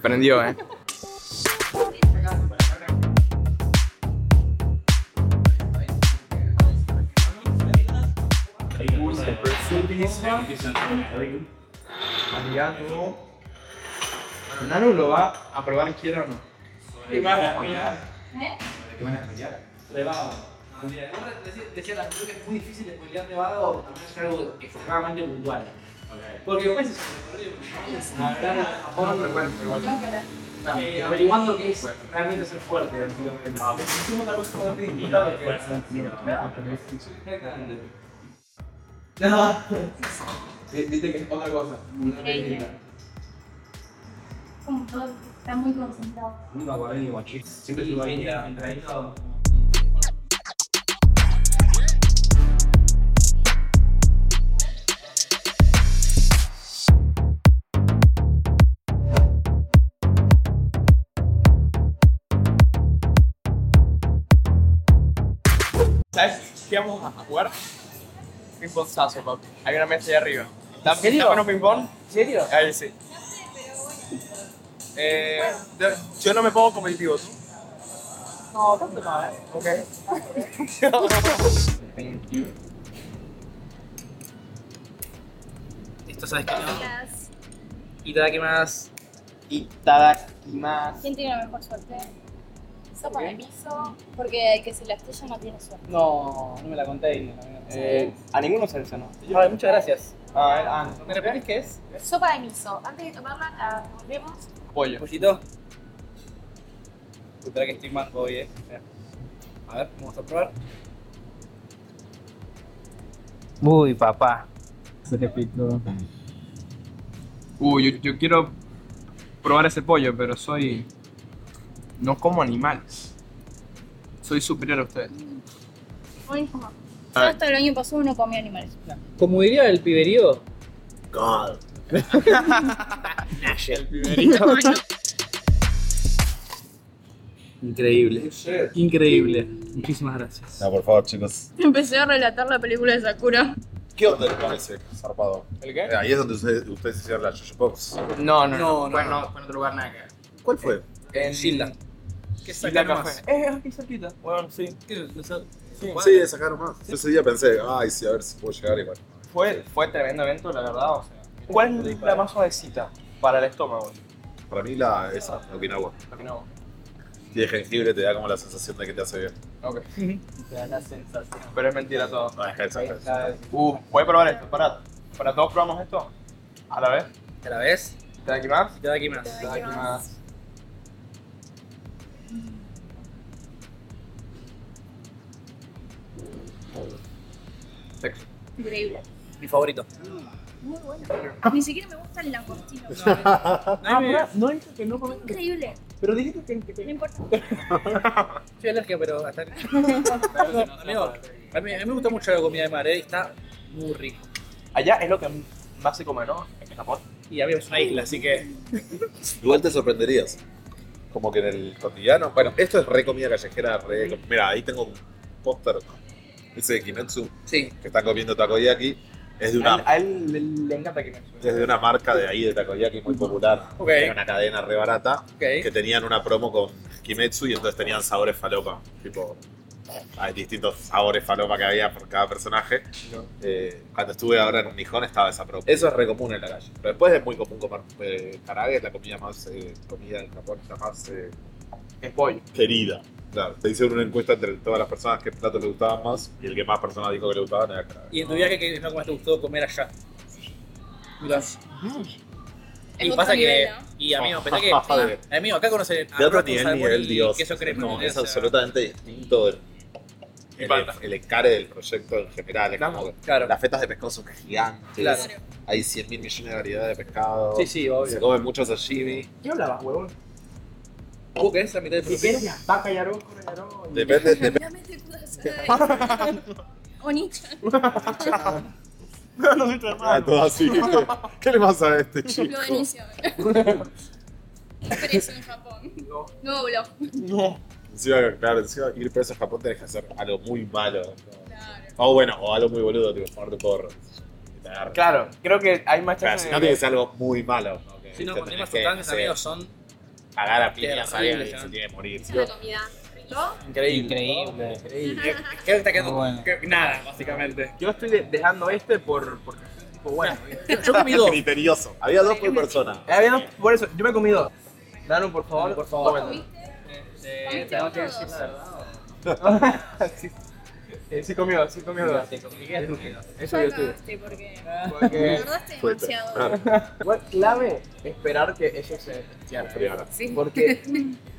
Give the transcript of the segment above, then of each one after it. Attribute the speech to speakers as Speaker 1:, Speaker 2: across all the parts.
Speaker 1: prendió, ¿eh? Nanu lo va a probar quiera o no.
Speaker 2: ¿Eh?
Speaker 3: Ah, Decía la que es muy difícil de spoilear Nevado, a menos que sea algo extremadamente puntual. Porque después es una gran a Japón, eh, averiguando qué es realmente ser fuerte.
Speaker 1: Viste que es otra cosa.
Speaker 2: Eh, Como todo, está muy concentrado.
Speaker 3: Nunca guardé ni guachis. Siempre estuve ahí entrenado.
Speaker 1: ¿Sabes qué vamos a jugar? Ping-pongazo, papi. Hay una mesa ahí arriba. ¿Está
Speaker 3: serio?
Speaker 1: está bueno ping-pong?
Speaker 3: ¿En serio?
Speaker 1: Ahí sí. Eh, de- yo no me pongo competitivo, ¿tú?
Speaker 3: No, tanto no, eh.
Speaker 1: Ok.
Speaker 3: Esto sabes que no.
Speaker 2: Gracias.
Speaker 3: Y te da que más.
Speaker 1: Itadakimasu.
Speaker 2: ¿Quién tiene la mejor suerte? Sopa de miso, porque el que se la estrella no tiene suerte.
Speaker 3: No, no me la conté. no, no, no.
Speaker 1: Eh, a ninguno se les no.
Speaker 3: Vale, muchas gracias.
Speaker 1: Ah, él- ah,
Speaker 3: ¿Me repites qué es?
Speaker 2: Sopa de miso. Antes de tomarla, la volvemos.
Speaker 1: no. Pollo.
Speaker 3: ¿Pollito? Espera que estoy manco hoy, eh. Espera. A ver, vamos a probar. Uy, papá.
Speaker 1: Uy, Uh, yo, yo quiero probar ese pollo, pero soy. No como animales. Soy superior a ustedes.
Speaker 2: Buenísimo. Yo
Speaker 1: Ah.
Speaker 2: hasta el año pasado no comía animales.
Speaker 3: Como diría el piberío. Increíble. Increíble. Muchísimas gracias.
Speaker 4: No, por favor, chicos.
Speaker 2: Empecé a relatar la película de Sakura.
Speaker 4: ¿Qué onda les parece? Zarpado.
Speaker 1: ¿El qué?
Speaker 4: Eh, Ahí es donde ustedes, ustedes hicieron la Jojo Pops.
Speaker 1: No, no,
Speaker 3: No,
Speaker 1: no.
Speaker 3: no,
Speaker 1: Bueno, fue en otro lugar nada que ver.
Speaker 4: ¿Cuál fue?
Speaker 1: En
Speaker 3: Gilda.
Speaker 1: ¿Qué
Speaker 3: sacan más?
Speaker 1: Eh, aquí cerquita. Bueno, sí.
Speaker 4: Sí, sacaron más. Yo ese día pensé, ay, sí, a ver si puedo llegar igual.
Speaker 1: Fue, fue tremendo evento, la verdad. O sea, ¿Cuál es la más suavecita para el estómago?
Speaker 4: Para mí, la, esa, la Okinawa.
Speaker 1: Lo que no.
Speaker 4: Tiene jengibre, te da como la sensación de que te hace bien.
Speaker 1: Ok.
Speaker 3: Te da la sensación.
Speaker 1: Pero es mentira todo.
Speaker 4: No, es que esa- esa-
Speaker 1: Uh, voy a probar esto. Para, para todos probamos esto. A la vez.
Speaker 3: ¿Te la ves?
Speaker 1: ¿Te da aquí más?
Speaker 3: Te da aquí más.
Speaker 2: Te da aquí más.
Speaker 1: Sexo.
Speaker 2: Increíble.
Speaker 3: Mi favorito.
Speaker 2: Muy bueno. Ni siquiera me gusta el langostino.
Speaker 3: Ah, mira.
Speaker 1: no dije que no
Speaker 2: Increíble.
Speaker 1: Pero dijiste que.
Speaker 2: No importa.
Speaker 3: Soy alérgica, pero hasta. Amigo, a mí, a mí me gusta mucho la comida de mar, ¿eh? está muy rico.
Speaker 1: Allá es lo que más se come, ¿no? En Japón.
Speaker 3: Y a mí es una isla, así que.
Speaker 4: Igual te sorprenderías. Como que en el cotidiano. Bueno, esto es re comida callejera. Re... Mira, ahí tengo un póster. Ese de Kimetsu,
Speaker 3: Sí.
Speaker 4: que está comiendo takoyaki. Es de
Speaker 1: A él,
Speaker 4: una,
Speaker 1: a él le- le encanta que me
Speaker 4: es de una marca de ahí de takoyaki muy popular.
Speaker 3: Ok.
Speaker 4: Era una cadena re barata.
Speaker 3: Ok.
Speaker 4: que tenían una promo con Kimetsu y entonces tenían sabores falopa. Tipo, hay distintos sabores falopa que había por cada personaje.
Speaker 1: No.
Speaker 4: Eh, cuando estuve ahora en Nijón estaba esa promo. Eso es re común en la calle. Pero después es muy común comer eh, karage, es la comida más eh, comida en Japón, la más eh,
Speaker 1: Es pollo.
Speaker 4: querida. Claro, te hicieron una encuesta entre todas las personas qué plato le gustaban más y el que más personas dijo que le gustaban era karage.
Speaker 3: ¿Y en tu viaje qué es lo que más te gustó comer allá? Mirá. Mm.
Speaker 2: Es
Speaker 3: Y
Speaker 2: otro
Speaker 3: pasa que.
Speaker 2: nivel, ¿no?
Speaker 3: Y amigo, pensé que. ah,
Speaker 4: Joder.
Speaker 3: Amigo, acá conocen.
Speaker 4: De otro
Speaker 3: arroz con
Speaker 4: nivel,
Speaker 3: salmón
Speaker 4: nivel
Speaker 3: y
Speaker 4: Dios.
Speaker 3: Queso crema.
Speaker 4: No,
Speaker 3: ¿entendés?
Speaker 4: es
Speaker 3: O sea,
Speaker 4: absolutamente distinto del,
Speaker 1: Y
Speaker 4: el,
Speaker 1: falta.
Speaker 4: el encare del proyecto en general. Es
Speaker 1: Claro,
Speaker 4: como que
Speaker 3: claro.
Speaker 4: Las fetas de pescado son gigantes.
Speaker 3: Claro.
Speaker 4: Hay 100.000 millones de variedades de pescado.
Speaker 3: Sí, sí,
Speaker 4: Se
Speaker 3: obvio.
Speaker 4: come mucho sashimi.
Speaker 1: ¿Qué hablabas, huevón?
Speaker 3: ¿Vos querés la mitad del
Speaker 1: Si
Speaker 3: proceso?
Speaker 1: quieres las vacas y arroz, corre arroz. y-
Speaker 4: Depende, depende.
Speaker 2: Ya me estoy cruzando. Onicha.
Speaker 1: No soy tu
Speaker 4: Ah, todo así. ¿Qué le pasa a este chico?
Speaker 2: Lo denunciaba. Preso en Japón.
Speaker 1: No.
Speaker 2: Nuevo blog.
Speaker 1: No.
Speaker 4: Encima, claro, encima ir preso a Japón tenés que hacer algo muy malo. ¿no?
Speaker 2: Claro.
Speaker 4: O bueno, o algo muy boludo, tipo fumarte un porro. Que te agarren.
Speaker 1: Claro, creo que hay más
Speaker 4: Claro,
Speaker 1: chances
Speaker 4: si
Speaker 1: de-
Speaker 4: no tiene que ser algo muy malo. ¿no? Que
Speaker 3: Si no,
Speaker 4: te
Speaker 3: cuando temas
Speaker 4: tenés que,
Speaker 3: tocanes,
Speaker 4: no sé,
Speaker 3: amigos, son
Speaker 5: cagar a piñas a
Speaker 6: horrible,
Speaker 5: alguien y se
Speaker 6: ¿no?
Speaker 5: tiene que morir.
Speaker 2: Es una comida rico.
Speaker 6: Increíble. Increíble. Creo que está quedando
Speaker 1: Bueno.
Speaker 6: que- nada, básicamente.
Speaker 7: Yo estoy de- dejando este por. porque es tipo bueno.
Speaker 1: Yo comí dos.
Speaker 5: Criterioso.
Speaker 4: Había dos por persona.
Speaker 1: Había dos, por eso, yo me comí dos. Danu, por favor.
Speaker 6: Por
Speaker 8: ¿Vos
Speaker 6: favor.
Speaker 8: comiste?
Speaker 6: Eh, tengo que decir la verdad.
Speaker 1: sí, eh, sí comió, sí comió dos.
Speaker 6: Te comuniqué tú.
Speaker 1: Eso
Speaker 2: Ya
Speaker 1: yo estoy.
Speaker 2: acabaste porque
Speaker 6: Eh,
Speaker 1: Porque,
Speaker 2: engordaste
Speaker 4: Fue- Ah.
Speaker 2: demasiado.
Speaker 1: igual, clave, esperar que ellos se estiaran.
Speaker 4: Friara.
Speaker 2: Sí.
Speaker 1: Porque,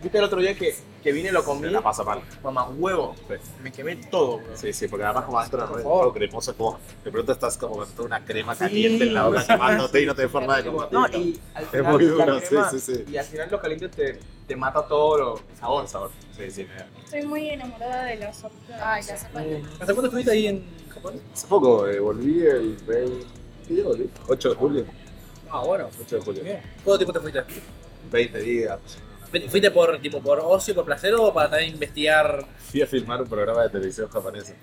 Speaker 1: viste el otro día que, que vine y lo comí,
Speaker 5: Se la pasa mal.
Speaker 1: mamá, huevo, me quemé todo, bro.
Speaker 4: Sí, sí, porque además como adentro de la
Speaker 1: Por
Speaker 4: red,
Speaker 1: favor.
Speaker 4: todo cremoso, es como de pronto estás como con toda una crema caliente en la boca quemándote y no te da forma de combatir.
Speaker 1: No, y al final,
Speaker 4: muy
Speaker 1: la
Speaker 4: duro, sí,
Speaker 1: crema-
Speaker 4: sí, sí.
Speaker 1: Y al final lo caliente te, te mata todo lo sabor.
Speaker 4: Sabor, sabor. Sí, sí. me da.
Speaker 2: Estoy muy enamorada de los
Speaker 8: Ay, la sopa.
Speaker 6: ¿Hasta cuándo estuviste ahí en Japón?
Speaker 4: Hace poco eh, volví el 20... ¿Qué día volví? 8 de julio.
Speaker 6: Ah, bueno.
Speaker 4: 8 de julio.
Speaker 6: Bien. ¿Cuánto tiempo te fuiste?
Speaker 4: 20 días.
Speaker 6: Fu- ¿Fuiste por, tipo, por ocio, por placer o para también investigar?
Speaker 4: Fui a filmar un programa de televisión japonesa.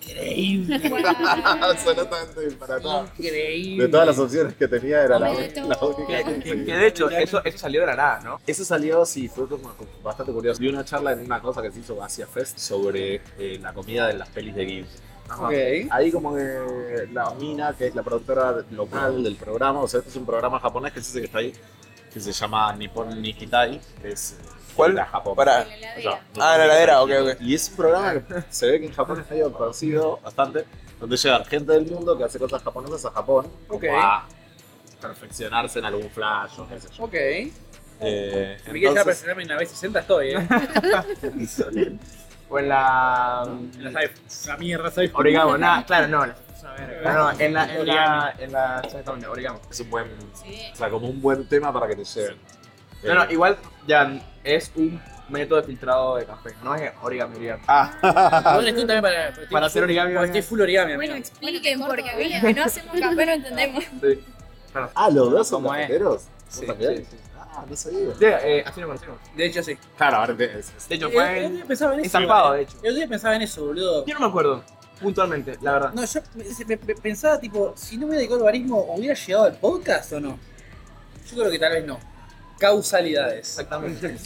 Speaker 6: Increíble.
Speaker 4: Absolutamente disparatado.
Speaker 6: Increíble.
Speaker 4: De todas las opciones que tenía era la,
Speaker 2: Come de
Speaker 4: la
Speaker 2: todo.
Speaker 4: única que
Speaker 1: Que, que- que
Speaker 4: tenía.
Speaker 1: de hecho, eso, eso salió de la nada, ¿no?
Speaker 4: Eso salió, sí, fue como bastante curioso. Vi una charla en una cosa que se hizo hacia Fest sobre eh, la comida de las pelis de Gibbs.
Speaker 6: Ok.
Speaker 4: Ahí como que la mina, que es la productora local del programa, o sea, este es un programa japonés que es ese que está ahí, que se llama Nippon Nikitai, que es eh,
Speaker 1: ¿Cuál?
Speaker 4: la Japón.
Speaker 1: Para.
Speaker 2: En la heladera.
Speaker 1: Ah, la heladera, ok, ok.
Speaker 4: Y es un programa que se ve que en Japón es medio conocido bastante, donde llega gente del mundo que hace cosas japonesas a Japón,
Speaker 6: Ok.
Speaker 4: como a perfeccionarse en algún flash o qué sé yo.
Speaker 6: Ok. Me
Speaker 4: Eh,
Speaker 6: quieres ya
Speaker 4: entonces,
Speaker 6: presentarme en la B60 estoy, eh.
Speaker 1: O en la.
Speaker 6: En la Saif. Una mierda, Saif.
Speaker 1: Origami, nada, claro, no. la-
Speaker 6: Una
Speaker 1: No, no, en la. En la, en la exactamente, origami.
Speaker 4: es un buen,
Speaker 8: Sí.
Speaker 4: o sea, como un buen tema para que te lleven. Eh,
Speaker 1: No, no, igual, ya, es un método de filtrado de café, no es origami, origami.
Speaker 4: ah,
Speaker 6: eres tú también para,
Speaker 1: Para hacer origami,
Speaker 6: Porque estoy full origami.
Speaker 2: Bueno,
Speaker 6: amigo.
Speaker 2: expliquen porque viste que no hacemos café, no entendemos.
Speaker 1: Sí.
Speaker 4: Ah, los dos son
Speaker 1: ¿Cómo es?
Speaker 4: cafeteros.
Speaker 1: Sí,
Speaker 4: también?
Speaker 1: sí, sí.
Speaker 4: Ah, no sabía.
Speaker 1: Sí, eh, así lo conocimos.
Speaker 6: De hecho, sí.
Speaker 4: Claro, ahora te- es- es-
Speaker 1: De hecho,
Speaker 6: El,
Speaker 1: fue
Speaker 6: el
Speaker 1: en.
Speaker 6: día pensaba en
Speaker 1: en
Speaker 6: eso. eh.
Speaker 1: Zarpado, de hecho.
Speaker 6: El día pensaba en eso, boludo.
Speaker 1: Yo no me acuerdo, puntualmente, la verdad.
Speaker 6: No, yo me- me- me pensaba, tipo, si no hubiera dedicado al barismo, ¿hubiera llegado al podcast o no? Yo creo que tal vez no. Causalidades. Eh.
Speaker 1: Exactamente.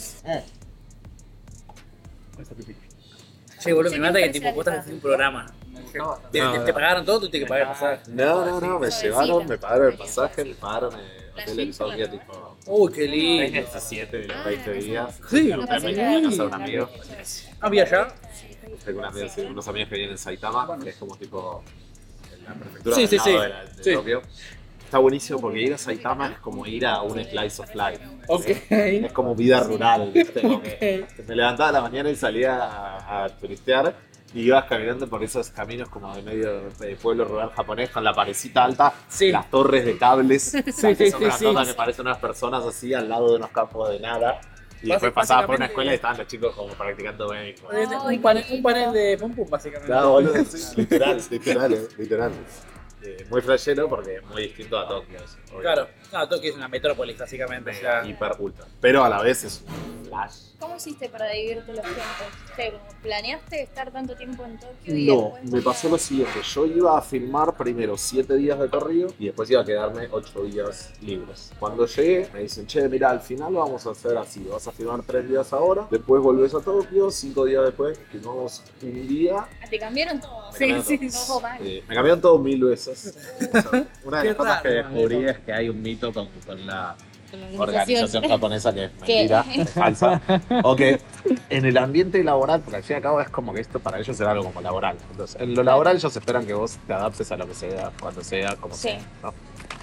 Speaker 6: Che, boludo, me
Speaker 2: Sí,
Speaker 6: mata que,
Speaker 2: me
Speaker 6: tipo, vos
Speaker 2: parece
Speaker 6: estás haciendo un programa. Te,
Speaker 4: No,
Speaker 6: te-
Speaker 4: no.
Speaker 6: te pagaron todo, tú tienes que pagar el pasaje.
Speaker 4: No, no, no, me
Speaker 2: Suavecita.
Speaker 4: llevaron, me pagaron el pasaje, me pagaron el hotel insomnio, tipo.
Speaker 6: Uy, qué lindo.
Speaker 4: 17 de los 20 días.
Speaker 6: Sí,
Speaker 4: Lo que me llevé a casa de un amigo.
Speaker 6: Ah, vi allá.
Speaker 4: Tengo una amiga- sí, unos amigos que vienen en Saitama, que es como tipo en la prefectura
Speaker 6: Sí,
Speaker 4: del
Speaker 6: sí,
Speaker 4: lado
Speaker 6: sí.
Speaker 4: de la- de
Speaker 6: Sí.
Speaker 4: Tokio. Está buenísimo porque ir a Saitama es como ir a un slice of life.
Speaker 6: Ok.
Speaker 4: Es como vida rural, ¿viste? Como que Me levantaba a la mañana y salía a, a turistear y ibas caminando por esos caminos como de medio de pueblo rural japonés con la parecita alta,
Speaker 6: Sí.
Speaker 4: las torres de cables, las que
Speaker 6: sí,
Speaker 4: son
Speaker 6: sí,
Speaker 4: grandotas
Speaker 6: sí.
Speaker 4: que parecen unas personas así al lado de unos campos de nada. Y
Speaker 6: Bás-
Speaker 4: después pasaba por una
Speaker 6: básicamente-
Speaker 4: escuela y estaban los chicos como practicando béisbol.
Speaker 6: Obviamente, un, panel, un panel de pum pum, básicamente.
Speaker 4: Claro, boludo, sí, literal, literal, eh, literal. Eh, muy flashero porque es muy distinto a Tokio. obviamente.
Speaker 6: Claro. No, Tokio es una metrópolis, básicamente. o sea.
Speaker 4: Mega, hiper ultra. Pero a la vez es un flash.
Speaker 8: ¿Cómo hiciste para dividirte los tiempos? ¿Te- ¿Planeaste estar tanto tiempo en Tokio? y
Speaker 4: No,
Speaker 8: después
Speaker 4: me pasó lo
Speaker 8: volver?
Speaker 4: siguiente. Yo iba a filmar primero 7 días de corrido y después iba a quedarme 8 días libres. Cuando llegué, me dicen, che, mira, al final lo vamos a hacer así. Vas a filmar 3 días ahora, después volvés a Tokio, 5 días después filmamos un día.
Speaker 8: Ah, ¿Te cambiaron todo?
Speaker 4: Me cambiaron todo.
Speaker 8: Todo
Speaker 2: Oh,
Speaker 8: mal.
Speaker 4: Eh, me cambiaron todo mil veces. O sea, una de
Speaker 6: Qué
Speaker 4: las cosas que
Speaker 6: raro,
Speaker 4: descubrí
Speaker 6: eso.
Speaker 4: es que hay un mito con, con la organización
Speaker 2: Organización.
Speaker 4: japonesa que es
Speaker 8: ¿Qué?
Speaker 4: mentira, es falsa, o que en el ambiente laboral, porque al fin y al cabo es como que esto para ellos era algo como laboral. Entonces, en lo laboral ellos esperan que vos te adaptes a lo que sea, cuando sea, como
Speaker 8: Sí.
Speaker 4: sea. ¿no?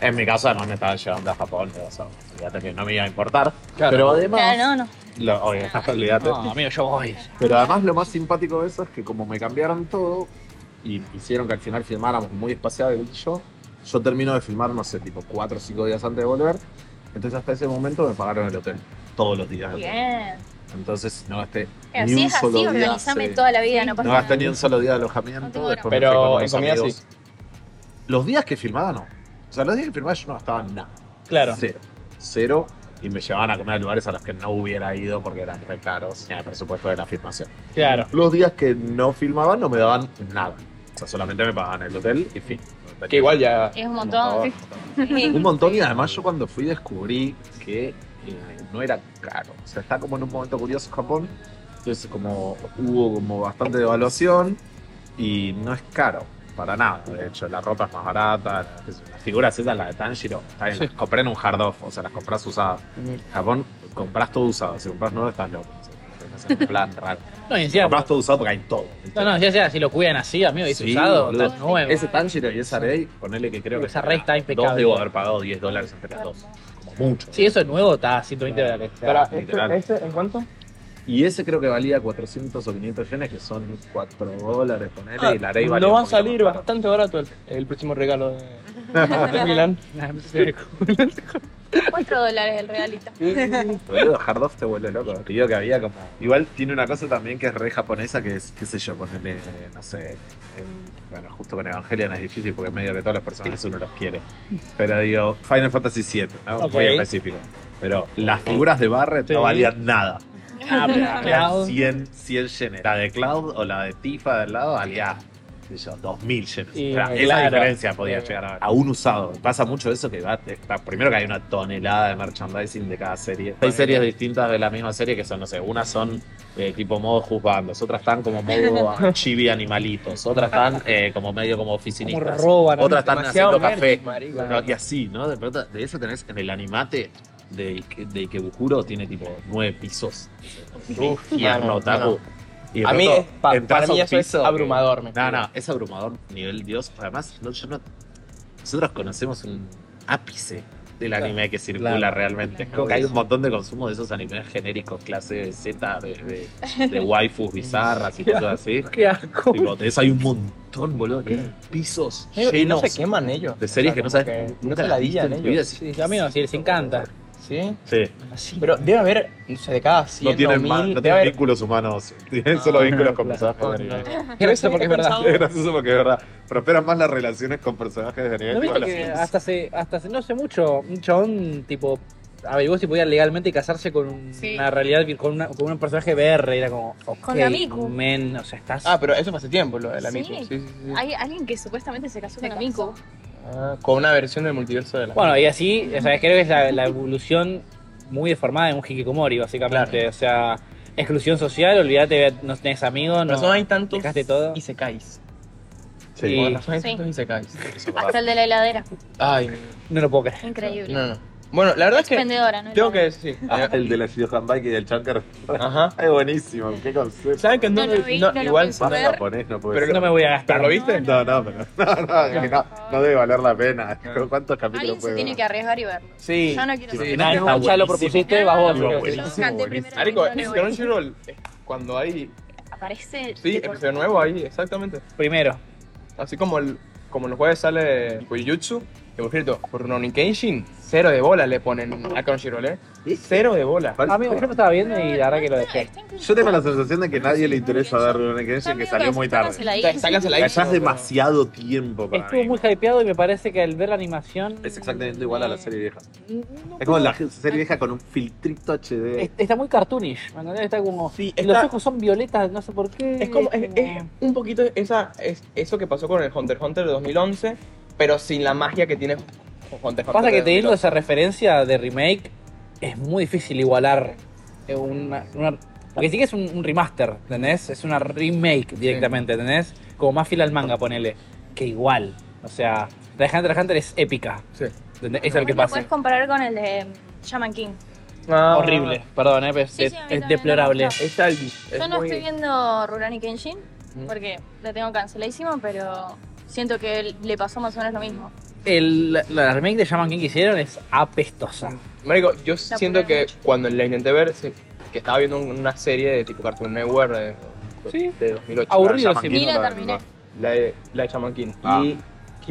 Speaker 4: En mi caso, no me estaban llevando a Japón, o sea, olvídate que no me iba a importar. Pero además,
Speaker 8: Claro, no, no.
Speaker 4: lo- oye, olvídate.
Speaker 5: amigo, yo voy.
Speaker 4: Pero además lo más simpático de eso es que como me cambiaron todo y hicieron que al final filmáramos muy espaciado él y yo, yo termino de filmar, no sé, tipo 4 o 5 días antes de volver. Entonces hasta ese momento me pagaron el hotel. Todos los días.
Speaker 8: Bien.
Speaker 4: Entonces no gasté
Speaker 8: Pero
Speaker 4: ni
Speaker 8: si
Speaker 4: un
Speaker 8: es así,
Speaker 4: solo día.
Speaker 8: organizame
Speaker 4: sí.
Speaker 8: toda la vida, no pasa
Speaker 4: No
Speaker 8: nada.
Speaker 4: gasté ni un solo día de alojamiento.
Speaker 8: No tengo
Speaker 4: después me
Speaker 1: Pero
Speaker 4: fui con
Speaker 1: en
Speaker 4: unos
Speaker 1: comida
Speaker 4: amigos. Los días que filmaba no. O sea, los días que filmaba yo no gastaba nada.
Speaker 6: Claro.
Speaker 4: Cero. Cero. Y me llevaban a comer a lugares a los que no hubiera ido porque eran re caros. en el presupuesto de la filmación.
Speaker 6: Claro.
Speaker 4: Los días que no filmaban no me daban nada. O sea, solamente me pagaban el hotel y fin.
Speaker 1: Que igual ya.
Speaker 8: Es un
Speaker 4: Un
Speaker 8: montón.
Speaker 4: montón. Un montón y además yo cuando fui descubrí que eh, no era caro. O sea, está como en un momento curioso Japón. Entonces como hubo como bastante devaluación y no es caro. Para nada, de hecho, la ropa es más barata, las- las figuras esas, las de Tanjiro, está bien, las compré en un hard off, o sea, las compras usadas. En Japón compras todo usado, si compras nuevo estás loco. o sea, Es un plan raro.
Speaker 5: No, y encima,
Speaker 4: Compras todo usado porque hay todo.
Speaker 5: no, no, ya sea, si lo cuidan así, amigo, y es
Speaker 4: Sí,
Speaker 5: usado,
Speaker 4: boludo.
Speaker 5: está nuevo.
Speaker 4: Ese Tanjiro y esa Rey, ponele que creo que
Speaker 5: Esa Rey está
Speaker 4: Dos
Speaker 5: impecable.
Speaker 4: debo haber pagado 10 dólares entre las dos. Como mucho.
Speaker 5: Si eso es nuevo, está a 120 dólares.
Speaker 1: Espera,
Speaker 4: literal.
Speaker 1: ¿este, ¿este en cuánto?
Speaker 4: Y ese creo que valía 400 o 500 yenes, que son 4 dólares, ponele, y la Rey valía
Speaker 1: Ah, no
Speaker 4: un
Speaker 1: va a
Speaker 4: poquito
Speaker 1: salir
Speaker 4: más
Speaker 1: bastante barato el, el próximo regalo de, de Milán.
Speaker 2: Cuatro dólares el regalito.
Speaker 4: Boludo, Hard Off te vuelve loco. Te digo que había como. Igual tiene una cosa también que es re japonesa, que es, qué sé yo, ponerle, no sé. en- bueno, justo con Evangelion es difícil porque medio que todos los personajes uno los quiere. Pero digo, Final Fantasy VII, ¿no? Muy
Speaker 5: Ok.
Speaker 4: específico. Pero las figuras de Barret
Speaker 5: Sí.
Speaker 4: no valían nada.
Speaker 5: Ah, pero
Speaker 4: Valían
Speaker 5: Cloud.
Speaker 4: 100, 100 yenes. La de Cloud o la de Tifa del lado valía. qué sé Yo, 2000 yenes.
Speaker 5: Y,
Speaker 4: Era- Esa
Speaker 5: claro.
Speaker 4: diferencia podía
Speaker 5: Sí.
Speaker 4: llegar a, a un usado. Pasa mucho eso que va. está- primero que hay una tonelada de merchandising de cada serie. Hay series distintas de la misma serie que son, no sé, unas son eh, tipo modo juzgandos, otras están como modo chibi animalitos, otras están eh, como medio como
Speaker 5: Como
Speaker 4: oficinistas.
Speaker 5: roban.
Speaker 4: Otras están
Speaker 1: Demasiado
Speaker 4: haciendo café.
Speaker 1: merch, marico.
Speaker 4: No, y así, ¿no? De, pronto, de eso tenés en el animate de, Ike- de Ikebukuro, tiene tipo nueve pisos.
Speaker 1: Uf,
Speaker 4: Infierno,
Speaker 1: mano,
Speaker 4: otaku. Y de
Speaker 1: A mí,
Speaker 4: pronto
Speaker 1: es- pa-
Speaker 4: entras
Speaker 1: para
Speaker 4: a
Speaker 1: mí
Speaker 4: un
Speaker 1: eso es
Speaker 4: piso que-
Speaker 1: abrumador. me
Speaker 4: no,
Speaker 1: parece.
Speaker 4: no, es abrumador nivel Dios. Además, no, yo no- nosotros conocemos un ápice del anime que circula
Speaker 5: Claro.
Speaker 4: realmente. Es como que hay un montón de consumo de esos animes genéricos, clase Z, de, de, de waifus bizarras y cosas así.
Speaker 1: Qué asco.
Speaker 4: Tipo, de eso hay un montón, boludo, que hay pisos
Speaker 1: Ellos- y
Speaker 4: llenos
Speaker 1: No se queman ellos.
Speaker 4: de
Speaker 1: O
Speaker 4: series
Speaker 1: sea,
Speaker 4: que no
Speaker 1: como
Speaker 4: sabes
Speaker 1: que No
Speaker 4: nunca
Speaker 1: se
Speaker 4: las
Speaker 1: la
Speaker 4: viste en
Speaker 1: dillan
Speaker 4: tu
Speaker 1: ellos.
Speaker 4: vida.
Speaker 1: Sí,
Speaker 5: Sí, amigos, sí, les encanta.
Speaker 1: Sí.
Speaker 4: Sí.
Speaker 1: Pero debe haber, no sé, de cada 100
Speaker 4: No tienen,
Speaker 1: o
Speaker 4: ma-
Speaker 1: 1000,
Speaker 4: no
Speaker 1: debe
Speaker 4: tienen
Speaker 1: haber...
Speaker 4: vínculos humanos, tienen solo vínculos con
Speaker 5: claro.
Speaker 4: personajes de anime.
Speaker 1: Pero eso porque es verdad.
Speaker 4: Es gracioso porque es verdad. Prosperan más las relaciones con personajes de anime
Speaker 5: ¿No
Speaker 4: que
Speaker 5: viste
Speaker 4: con
Speaker 5: que
Speaker 4: las-
Speaker 5: hasta hace, hasta hace, no sé mucho, un chabón, tipo, averiguó si podía legalmente casarse con un-
Speaker 8: Sí.
Speaker 5: una realidad, vir- con, una- con un personaje VR, y era como, ok,
Speaker 2: Con la Miku.
Speaker 5: men, o sea, estás...
Speaker 1: Ah, pero eso fue hace tiempo, lo de la
Speaker 2: Sí.
Speaker 1: Miku. Sí, sí, sí.
Speaker 2: Hay alguien que supuestamente se casó
Speaker 8: Se
Speaker 2: con Amico.
Speaker 1: Ah, con una versión del multiverso de la
Speaker 5: Bueno, y así, o sea, creo que es la, la evolución muy deformada de un hikikomori, básicamente, o sea, exclusión social, olvídate, no tenés amigos,
Speaker 1: Por
Speaker 5: no...
Speaker 1: eso hay tantos
Speaker 5: dejaste todo.
Speaker 1: y se caes.
Speaker 4: Sí.
Speaker 5: Y-
Speaker 1: Por razón hay
Speaker 2: Sí.
Speaker 1: tantos y se caes.
Speaker 4: Eso es verdad.
Speaker 2: Hasta el de la heladera.
Speaker 1: Ay,
Speaker 5: No lo puedo creer.
Speaker 2: Increíble.
Speaker 1: no, no. Bueno, la verdad es que
Speaker 2: Vendedora, ¿no?
Speaker 1: tengo que decir.
Speaker 4: Ah, el de la Shidohan Bike y del Chunker.
Speaker 1: Ajá.
Speaker 4: Es buenísimo, qué concepto.
Speaker 1: ¿Saben que
Speaker 2: No
Speaker 1: no,
Speaker 2: lo vi,
Speaker 1: no-
Speaker 2: no lo
Speaker 1: igual
Speaker 2: pensé.
Speaker 4: Más
Speaker 2: Ver.
Speaker 4: japonés no puede
Speaker 1: Pero
Speaker 4: ser.
Speaker 5: No me voy a gastar.
Speaker 1: ¿Pero lo viste?
Speaker 4: No, no, pero. No, no, es que no, no debe valer la pena. ¿Cuántos capítulos
Speaker 2: Alguien se
Speaker 4: puede
Speaker 2: tiene
Speaker 4: ver?
Speaker 2: que arriesgar y verlo.
Speaker 1: Sí.
Speaker 2: Yo no quiero
Speaker 4: Sí,
Speaker 2: saber.
Speaker 5: Nah,
Speaker 4: Está
Speaker 5: no, ya lo
Speaker 4: buenísimo.
Speaker 5: propusiste, vas vos.
Speaker 4: Iba
Speaker 5: creo que-
Speaker 4: buenísimo.
Speaker 2: Yo canté primero.
Speaker 1: Marico,
Speaker 2: no le
Speaker 1: es
Speaker 2: voy.
Speaker 1: que Crunchyroll, eh, cuando hay.
Speaker 2: Aparece.
Speaker 1: Sí, episodio nuevo ahí, exactamente.
Speaker 5: Primero.
Speaker 1: Así como, el, como los jueves sale Kujutsu, que por cierto, por Ronin Kenshin, cero de bola le ponen a Crunchyroll, ¿eh? Cero de bola.
Speaker 5: Amigo, yo lo estaba viendo y la verdad que lo dejé.
Speaker 4: Yo tengo la sensación de que nadie le interesa ver Rurouni Kenshin, que salió muy tarde.
Speaker 1: Sácanse la
Speaker 4: Ya es demasiado tiempo para
Speaker 5: Estuvo
Speaker 4: mí.
Speaker 5: muy hypeado y me parece que al ver la animación... eh,
Speaker 4: Es exactamente igual a la serie vieja.
Speaker 5: No
Speaker 4: Es como la serie vieja con un filtrito HD.
Speaker 5: Es- Está muy cartoonish, ¿me entendés? Está como.
Speaker 1: Sí,
Speaker 5: Los
Speaker 1: está-
Speaker 5: ojos son violetas, no sé por qué.
Speaker 1: Es como, es, es un poquito esa, es, eso que pasó con el Hunter x Hunter de 2011, pero sin la magia que tiene Hunter x Hunter.
Speaker 5: Pasa que
Speaker 1: de
Speaker 5: teniendo
Speaker 1: 2011.
Speaker 5: esa referencia de remake, es muy difícil igualar eh, una. una- porque sí que es un, un remaster, ¿entendés? Es una remake directamente, ¿entendés? Como más fiel al manga, ponele. Que igual. O sea, la de Hunter x Hunter es épica.
Speaker 1: Sí.
Speaker 5: ¿entendés? Es el que
Speaker 2: Lo
Speaker 5: pasa.
Speaker 2: puedes comparar con el de mm, Shaman King.
Speaker 1: Ah,
Speaker 5: Horrible, perdón, eh, pero es,
Speaker 2: Sí, sí, a mí también
Speaker 5: es
Speaker 2: no me
Speaker 5: deplorable.
Speaker 2: gustó.
Speaker 1: Es algo. es
Speaker 2: Yo no
Speaker 1: muy-
Speaker 2: estoy viendo Rurouni Kenshin
Speaker 1: Mm.
Speaker 2: porque la tengo canceladísima, pero siento que le pasó más o menos lo mismo.
Speaker 5: El- la, la remake de Shaman King que hicieron es apestosa.
Speaker 1: Marico, yo siento
Speaker 2: ponen
Speaker 1: que
Speaker 2: mucho.
Speaker 1: cuando la intenté ver, sí, que estaba viendo una serie de tipo Cartoon Network de,
Speaker 5: Sí.
Speaker 1: de 2008.
Speaker 5: Aburrido,
Speaker 4: Shaman
Speaker 5: sí.
Speaker 4: King
Speaker 2: Mira,
Speaker 4: no la-
Speaker 2: terminé.
Speaker 1: La de, la de Shaman King.
Speaker 4: Ah.
Speaker 1: Y,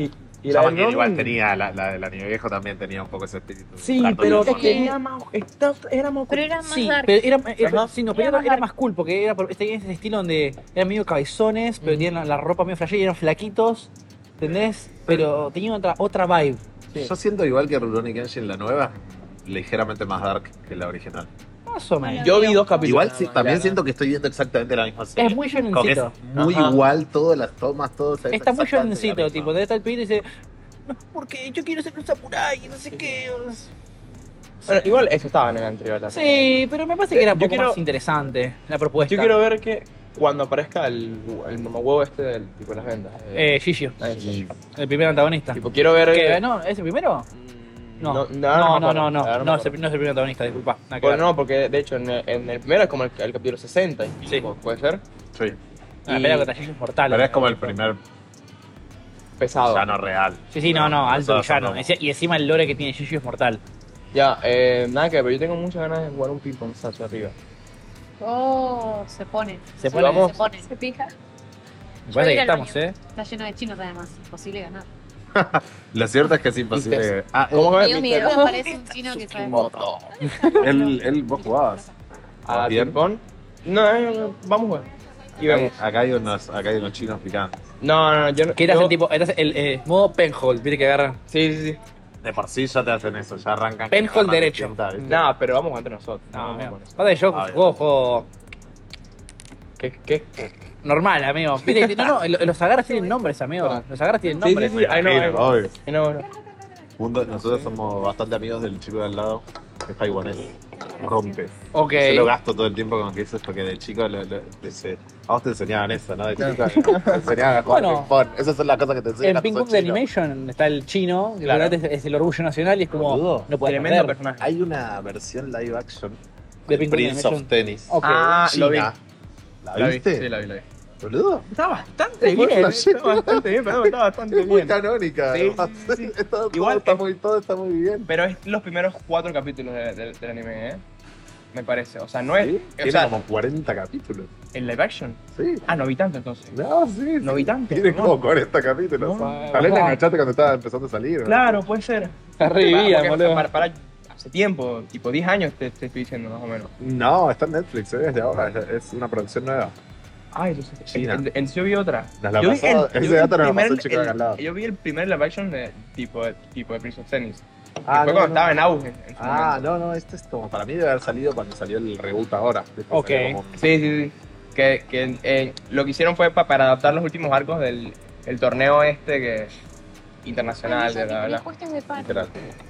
Speaker 1: y, y la
Speaker 4: Shaman
Speaker 1: de
Speaker 4: King igual
Speaker 1: Ronin.
Speaker 4: tenía, la, la del anime viejo también tenía un poco ese espíritu.
Speaker 1: Sí,
Speaker 4: Cartoon
Speaker 1: pero
Speaker 4: Network.
Speaker 1: tenía más. Era, era más.
Speaker 2: Pero era más
Speaker 5: Sí,
Speaker 2: dark.
Speaker 5: pero era, era-
Speaker 1: Ajá.
Speaker 5: sí, no, pero
Speaker 2: Era
Speaker 5: era,
Speaker 2: más
Speaker 5: era
Speaker 2: dark.
Speaker 5: más cool porque era, por- tenía ese estilo donde eran medio cabezones, pero
Speaker 1: Mm.
Speaker 5: tenían la, la ropa medio flashera y eran flaquitos, ¿entendés? Pero tenían otra, otra vibe.
Speaker 4: Yo siento igual que Rurouni Kenshin, la nueva, ligeramente más dark que la original.
Speaker 5: Más o menos.
Speaker 1: Yo vi dos capítulos.
Speaker 4: Igual
Speaker 1: nada
Speaker 4: sí,
Speaker 1: más,
Speaker 4: también
Speaker 1: la-
Speaker 4: siento que estoy viendo exactamente la misma serie.
Speaker 5: es muy
Speaker 4: Como que es
Speaker 5: lloroncito.
Speaker 4: muy
Speaker 1: Ajá.
Speaker 4: igual, todas las tomas, todo. es
Speaker 5: Está muy
Speaker 4: exactamente la
Speaker 5: lloroncito,
Speaker 4: misma.
Speaker 5: tipo, debe estar el pibito y dice, no, porque yo quiero ser un samurái y no sé qué.
Speaker 1: Bueno, igual eso estaba en el anterior. la verdad.
Speaker 5: Sí, pero me parece que era un
Speaker 1: Eh, Yo
Speaker 5: poco
Speaker 1: quiero-
Speaker 5: más interesante la propuesta.
Speaker 1: Yo quiero ver que cuando aparezca el, el mamahuevo este del tipo de las ventas. eh,
Speaker 5: Eh, Gigio,
Speaker 1: ahí está.
Speaker 5: el primer antagonista.
Speaker 1: Tipo, quiero ver.
Speaker 5: ¿Qué?
Speaker 1: que-
Speaker 5: ¿No? ¿Es el primero? No,
Speaker 1: no,
Speaker 5: no, no,
Speaker 1: me
Speaker 5: no,
Speaker 1: acuerdo, la verdad me
Speaker 5: no, no, es
Speaker 1: acuerdo.
Speaker 5: el, no es el primer antagonista, disculpa. nada que
Speaker 1: Bueno,
Speaker 5: ver.
Speaker 1: no, porque de hecho en el, en el primero es como el, el capítulo 60, y
Speaker 5: Sí.
Speaker 1: pico, puede ser.
Speaker 4: Sí.
Speaker 5: La pelea contra Gigio es mortal.
Speaker 4: Pero es como el primer
Speaker 1: Pesado.
Speaker 4: llano real.
Speaker 5: Sí, sí, no, no, alto
Speaker 4: Nosotros
Speaker 5: villano.
Speaker 4: somos-
Speaker 5: Y encima el lore que tiene Gigio es mortal.
Speaker 1: Ya, eh, nada que, ver, pero yo tengo muchas ganas de jugar un ping-pong Sacho arriba.
Speaker 9: Oh, se pone.
Speaker 5: Se
Speaker 1: pone-
Speaker 9: Se pone.
Speaker 2: Se pija.
Speaker 5: Me parece que
Speaker 9: ir al
Speaker 5: estamos,
Speaker 9: baño.
Speaker 5: ¿eh?
Speaker 9: Está lleno de chinos además. Imposible ganar.
Speaker 4: Lo cierto es que es imposible. Ah,
Speaker 1: ¿Cómo que
Speaker 2: Dios
Speaker 1: Mr.
Speaker 2: Eh, mío.
Speaker 9: Me parece un chino que sabe.
Speaker 1: Moto?
Speaker 4: él, él, vos jugabas.
Speaker 1: ¿A
Speaker 4: Bien.
Speaker 1: ping-pong? No, eh, no, vamos a jugar. Y vemos.
Speaker 4: Eh, Acá hay unos, acá hay unos chinos picantes.
Speaker 1: No, no, no, yo no.
Speaker 5: Que este es
Speaker 1: yo-
Speaker 5: el tipo, este es el eh, modo penhold, viste que agarra.
Speaker 1: Sí, sí, sí.
Speaker 4: De por sí ya te hacen eso, ya arrancan.
Speaker 5: Penhold
Speaker 4: con la mano
Speaker 5: derecho.
Speaker 4: distinta, ¿viste?
Speaker 1: No, pero vamos a jugar entre nosotros.
Speaker 5: No, amigo.
Speaker 1: bueno.
Speaker 5: Pasa que yo
Speaker 4: Ah, bien.
Speaker 5: juego, juego
Speaker 1: ¿Qué? qué?
Speaker 5: normal, amigo. Viste, no, no, lo- los agarras tienen nombres, amigo. Los agarras tienen
Speaker 1: Sí, sí,
Speaker 5: nombres.
Speaker 1: sí, ahí no, ahí
Speaker 4: Imagino,
Speaker 1: no.
Speaker 4: obvio.
Speaker 1: Ahí no, no.
Speaker 4: Juntos- nosotros somos bastante amigos del chico de al lado, que es taiwanés. Rompe.
Speaker 5: Ok.
Speaker 4: Yo lo gasto todo el tiempo con que eso es porque de chico lo- lo- te se- a vos te enseñaban eso, ¿no? De chico, te enseñaban a jugar
Speaker 5: Bueno.
Speaker 4: ping-pong. Esas son las cosas que te enseñan.
Speaker 5: En
Speaker 4: a
Speaker 5: Ping
Speaker 4: sos
Speaker 5: Pong de
Speaker 4: chino.
Speaker 5: Animation está el chino, que
Speaker 1: Claro.
Speaker 5: realmente es, es el orgullo nacional y es como.
Speaker 4: Boludo,
Speaker 5: No puedes
Speaker 1: Tremendo
Speaker 5: perder
Speaker 1: personaje.
Speaker 4: Hay una versión live action
Speaker 5: de
Speaker 4: de
Speaker 5: Ping Pong
Speaker 4: Prince of
Speaker 5: Animation.
Speaker 4: Tennis.
Speaker 5: Ok.
Speaker 1: Ah, lo vi.
Speaker 4: China. ¿La
Speaker 1: La vi,
Speaker 4: viste?
Speaker 1: Sí, la vi, la vi.
Speaker 4: Boludo.
Speaker 1: Está bastante
Speaker 4: Es muy
Speaker 1: bien.
Speaker 4: flashero.
Speaker 1: Está bastante bien, perdón, está bastante
Speaker 4: Es muy
Speaker 1: bien.
Speaker 4: canónica.
Speaker 1: Sí,
Speaker 4: además.
Speaker 1: sí, sí, sí.
Speaker 4: Todo-
Speaker 1: Igual-
Speaker 4: todo está muy, todo está muy bien.
Speaker 1: Pero es los primeros cuatro capítulos de- de- del anime, ¿eh? Me parece. O sea, no es.
Speaker 4: Sí,
Speaker 1: Eh, O
Speaker 4: Tiene
Speaker 1: sea,
Speaker 4: como 40 capítulos.
Speaker 1: el live action.
Speaker 4: Sí.
Speaker 1: Ah, no vi tanto entonces.
Speaker 4: No, sí.
Speaker 1: No vi tanto.
Speaker 4: Tiene
Speaker 1: ¿no?
Speaker 4: como 40 capítulos.
Speaker 1: No.
Speaker 4: Tal vez la enganchaste cuando estaba empezando a salir. ¿no?
Speaker 1: Claro, puede ser.
Speaker 5: Está re
Speaker 1: Para-
Speaker 5: bien,
Speaker 1: porque-
Speaker 5: boludo.
Speaker 1: Para, para- hace tiempo, tipo 10 años te, te estoy diciendo más o menos.
Speaker 4: No, está en Netflix, ¿eh? desde ahora. Es- Es una producción nueva.
Speaker 1: Ah, entonces.
Speaker 4: China.
Speaker 1: en- Entonces yo vi otra.
Speaker 4: Nos la
Speaker 1: yo vi
Speaker 4: pasó- ese dato nos lo pasó el chico de acá al lado.
Speaker 1: el- Yo vi el primer live action de tipo, tipo de Prince of Tennis.
Speaker 4: Ah,
Speaker 1: que fue
Speaker 4: no,
Speaker 1: cuando
Speaker 4: no.
Speaker 1: estaba en auge. en su
Speaker 4: Ah,
Speaker 1: momento.
Speaker 4: no, no, este es como para mí debe haber salido cuando salió el reboot ahora. Después
Speaker 5: Ok.
Speaker 4: salió como-
Speaker 1: Sí, sí, sí. Que, que eh, lo que hicieron fue pa- para adaptar los últimos arcos del el torneo este que internacional, de la verdad.
Speaker 9: Puestos de pan.
Speaker 4: literal.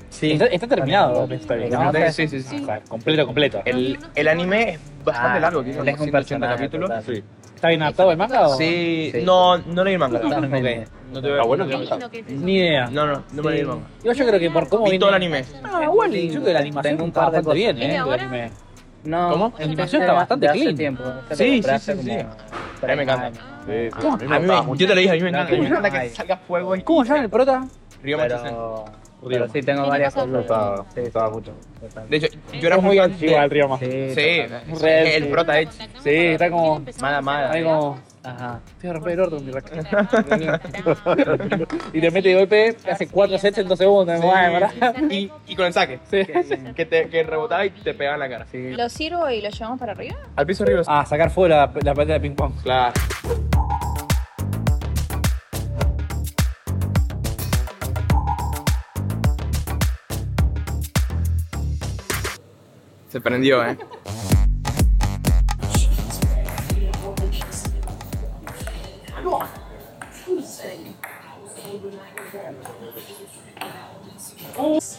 Speaker 5: Sí. Está, está terminado la historia, ¿no? O sea,
Speaker 1: Sí, sí, sí.
Speaker 5: o sea, completo, completo.
Speaker 1: El, el anime es bastante
Speaker 5: Ah,
Speaker 1: largo, tiene como
Speaker 5: es un
Speaker 1: 180
Speaker 5: personaje,
Speaker 1: capítulos.
Speaker 5: total.
Speaker 4: Ah, Sí.
Speaker 5: ¿Está bien adaptado el manga o.?
Speaker 1: Sí, no, no leí el manga.
Speaker 5: Ok.
Speaker 1: No te voy a-
Speaker 4: Está Ah, bueno que
Speaker 9: Qué lindo que es.
Speaker 5: Ni idea.
Speaker 1: No, no, no me leí el
Speaker 5: Sí.
Speaker 1: manga.
Speaker 5: Igual yo creo que por cómo
Speaker 1: Vi
Speaker 5: viene.
Speaker 1: todo el anime.
Speaker 5: Ah, igual, yo creo que la animación
Speaker 10: Tengo un
Speaker 5: está
Speaker 10: par de
Speaker 5: bastante bien,
Speaker 9: ¿Y
Speaker 5: ¿eh?
Speaker 9: ahora?
Speaker 5: La anime.
Speaker 10: No, este,
Speaker 1: ¿Cómo?
Speaker 5: La animación está bastante clean.
Speaker 1: Sí, sí, sí, sí. A mí me encanta.
Speaker 4: Sí, sí, a mí me
Speaker 1: A mí me,
Speaker 4: gustaba mucho.
Speaker 1: yo te lo dije, a mí me encanta.
Speaker 10: No,
Speaker 1: me encanta
Speaker 10: no,
Speaker 1: que
Speaker 10: no.
Speaker 1: salga fuego y...
Speaker 5: ¿Cómo se llama el prota?
Speaker 1: Río Machisen.
Speaker 10: Pero, pero sí tengo
Speaker 9: Tiene
Speaker 10: varias
Speaker 9: cosas
Speaker 4: Me gustaba, me gustaba mucho.
Speaker 1: De hecho, yo era muy fan de-
Speaker 5: igual, Ryoma. Sí,
Speaker 10: Sí,
Speaker 1: Sí,
Speaker 5: Red,
Speaker 1: el
Speaker 5: sí.
Speaker 1: prota hecho.
Speaker 5: está como.
Speaker 1: Mala, mala.
Speaker 5: Ahí como.
Speaker 10: Ajá.
Speaker 5: Estoy romper el orto, mi Y te mete de golpe, hace 4 sets en 2 segundos.
Speaker 1: Sí.
Speaker 5: guay, ¿verdad?
Speaker 1: Y, y con el saque.
Speaker 5: Sí.
Speaker 1: Que, te, que rebotaba y te pegaba en la cara. Sí.
Speaker 2: ¿Lo sirvo y lo llevamos para arriba?
Speaker 1: Al piso arriba.
Speaker 5: Ah, sacar fuego la, la pelota de ping-pong.
Speaker 1: Claro. Se prendió, eh.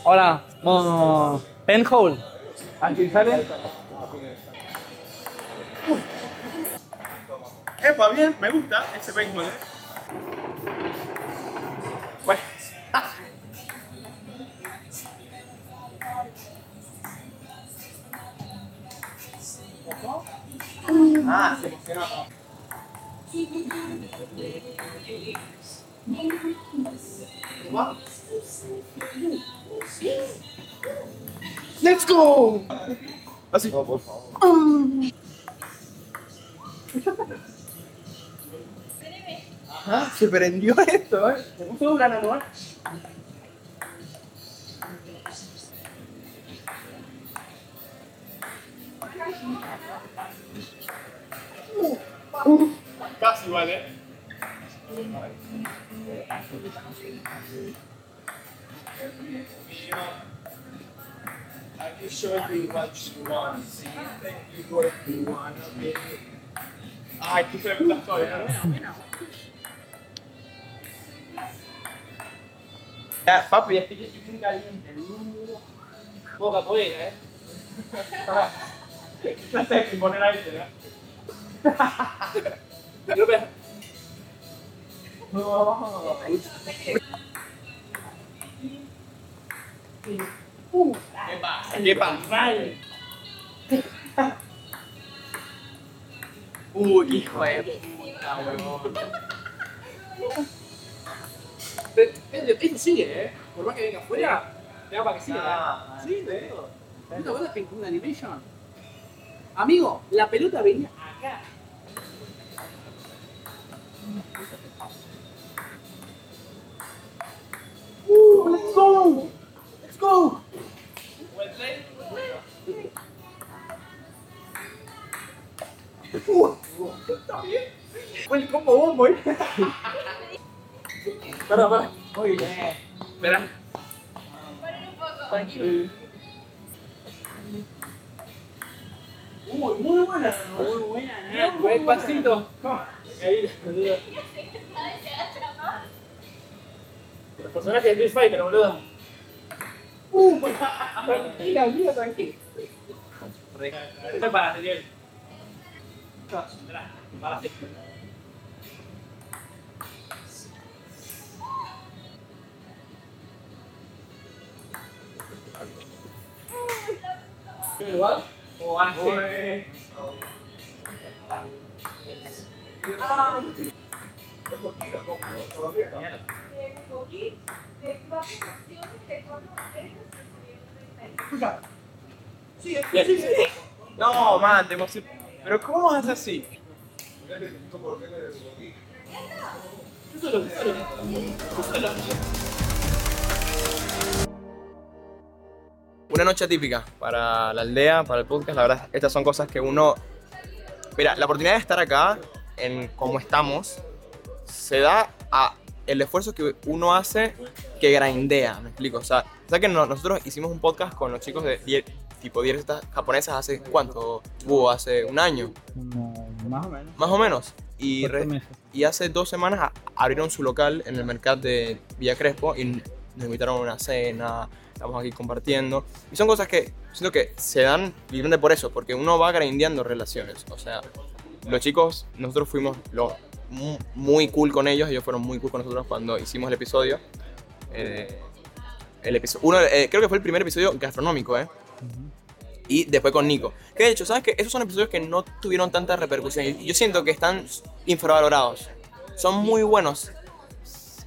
Speaker 5: Hola, mo- penhole. ¿Aquí sale?
Speaker 1: Epa, bien, me gusta ese paintball. Bueno. Ah, se emocionó. ¡Let's go! Así.
Speaker 4: No, por favor.
Speaker 1: Ah, se prendió esto, eh. Un fuego ganador. Casi vale. I can show you what you want, see, thank you for what you want, okay. Ay, tú te la estoy, ¿no? Ya, papi, es que yo estoy caliente.
Speaker 3: Poca poera, ¿eh? No sé, sin poner a este, ¿no? Yo pe- No. Uh, ¡Epa! ¡Epa! ¡Uy, hijo de puta, huevón! Pe- Pedro, ese sigue, ¿eh? Por más que venga afuera, te da para que siga. ¿eh? Sí, te digo. ¿No te acuerdas que en Animation? Amigo, la pelota venía acá. ¡Uh, let's go! ¡Let's go! Uh, está bien. Fue el combo bombo, ¿eh? Pará, pará. Muy bien. Espera. Tranquilo. Uy, muy buena. Muy buena. ¿eh? Buen pasito. Ahí, boludo. Los personajes de Street Fighter, boludo. Uh, tranquila, mira, tranquila. Estoy para Ariel. Parate. ¿Igual? ¿O hace? Y así se-
Speaker 1: No, man, te emocioné. Pero ¿cómo vas a hacer así? Una noche típica para la aldea, para el podcast, la verdad, estas son cosas que uno... Mira, la oportunidad de estar acá, en cómo estamos, se da a el esfuerzo que uno hace que grindea, me explico. O sea, o sea que no- nosotros hicimos un podcast con los chicos de die- tipo 10 recetas japonesas hace cuánto? Hubo hace un año,
Speaker 11: Más o menos.
Speaker 1: más o menos. Y, re- y hace dos semanas a- abrieron su local en el mercado de Villa Crespo y n- nos invitaron a una cena, estamos aquí compartiendo. Y son cosas que siento que se dan viviendo por eso, porque uno va grindeando relaciones. O sea, los chicos, nosotros fuimos lo, mu- muy cool con ellos, ellos fueron muy cool con nosotros cuando hicimos el episodio. Eh, el episodio uno, eh, creo que fue el primer episodio gastronómico, ¿eh? Y después con Nico. Que de hecho, ¿sabes qué? Esos son episodios que no tuvieron tanta repercusión. Y Yo siento que están infravalorados. Son muy buenos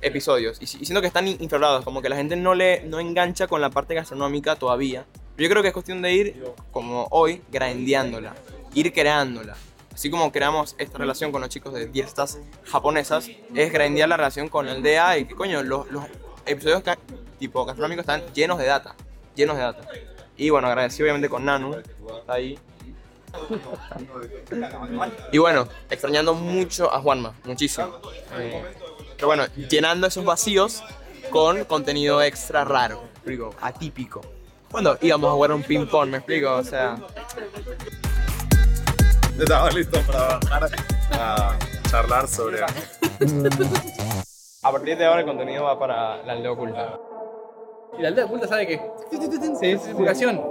Speaker 1: episodios. Y si- y siento que están infravalorados. Como que la gente no, le, no engancha con la parte gastronómica todavía. Pero yo creo que es cuestión de ir, como hoy, grandeándola. Ir creándola. Así como creamos esta relación con los chicos de fiestas japonesas, es grandear la relación con la aldea y que coño, los, los episodios ca- tipo gastronómicos están llenos de data, llenos de data. Y bueno, agradecido obviamente con Nanu, que está ahí. Y bueno, extrañando mucho a Juanma, muchísimo. Eh, pero bueno, llenando esos vacíos con contenido extra raro, me explico, atípico. Cuando íbamos a jugar un ping pong, me explico, o sea.
Speaker 12: Estaba listo para bajar a charlar sobre.
Speaker 1: A partir de ahora el contenido va para la aldea oculta.
Speaker 5: Y la aldea oculta sabe que. Sí, sí, educación.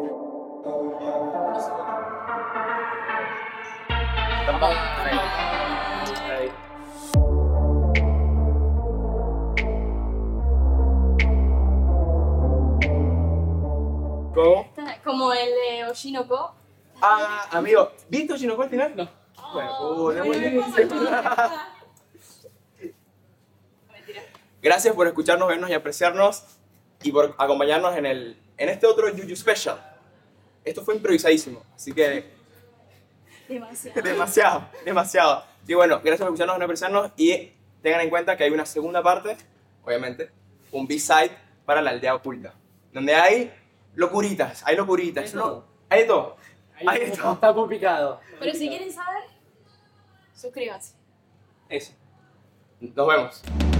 Speaker 1: ¿Cómo?
Speaker 2: Como el de Oshinoko.
Speaker 1: Ah, amigo, ¿viste Oshinoko al final? No. Bueno, muy bien. Gracias por escucharnos, vernos y apreciarnos y por acompañarnos en, el, en este otro Yuyu Special. Esto fue improvisadísimo, así que
Speaker 2: Demasiado.
Speaker 1: demasiado, demasiado. Y bueno, gracias por escucharnos, no apreciarnos y tengan en cuenta que hay una segunda parte, obviamente, un B-side para la aldea oculta, donde hay locuritas, hay locuritas, ¿no? hay de todo. Hay de todo.
Speaker 3: Está complicado.
Speaker 2: Pero si quieren saber, suscríbanse.
Speaker 1: Eso. Nos vemos.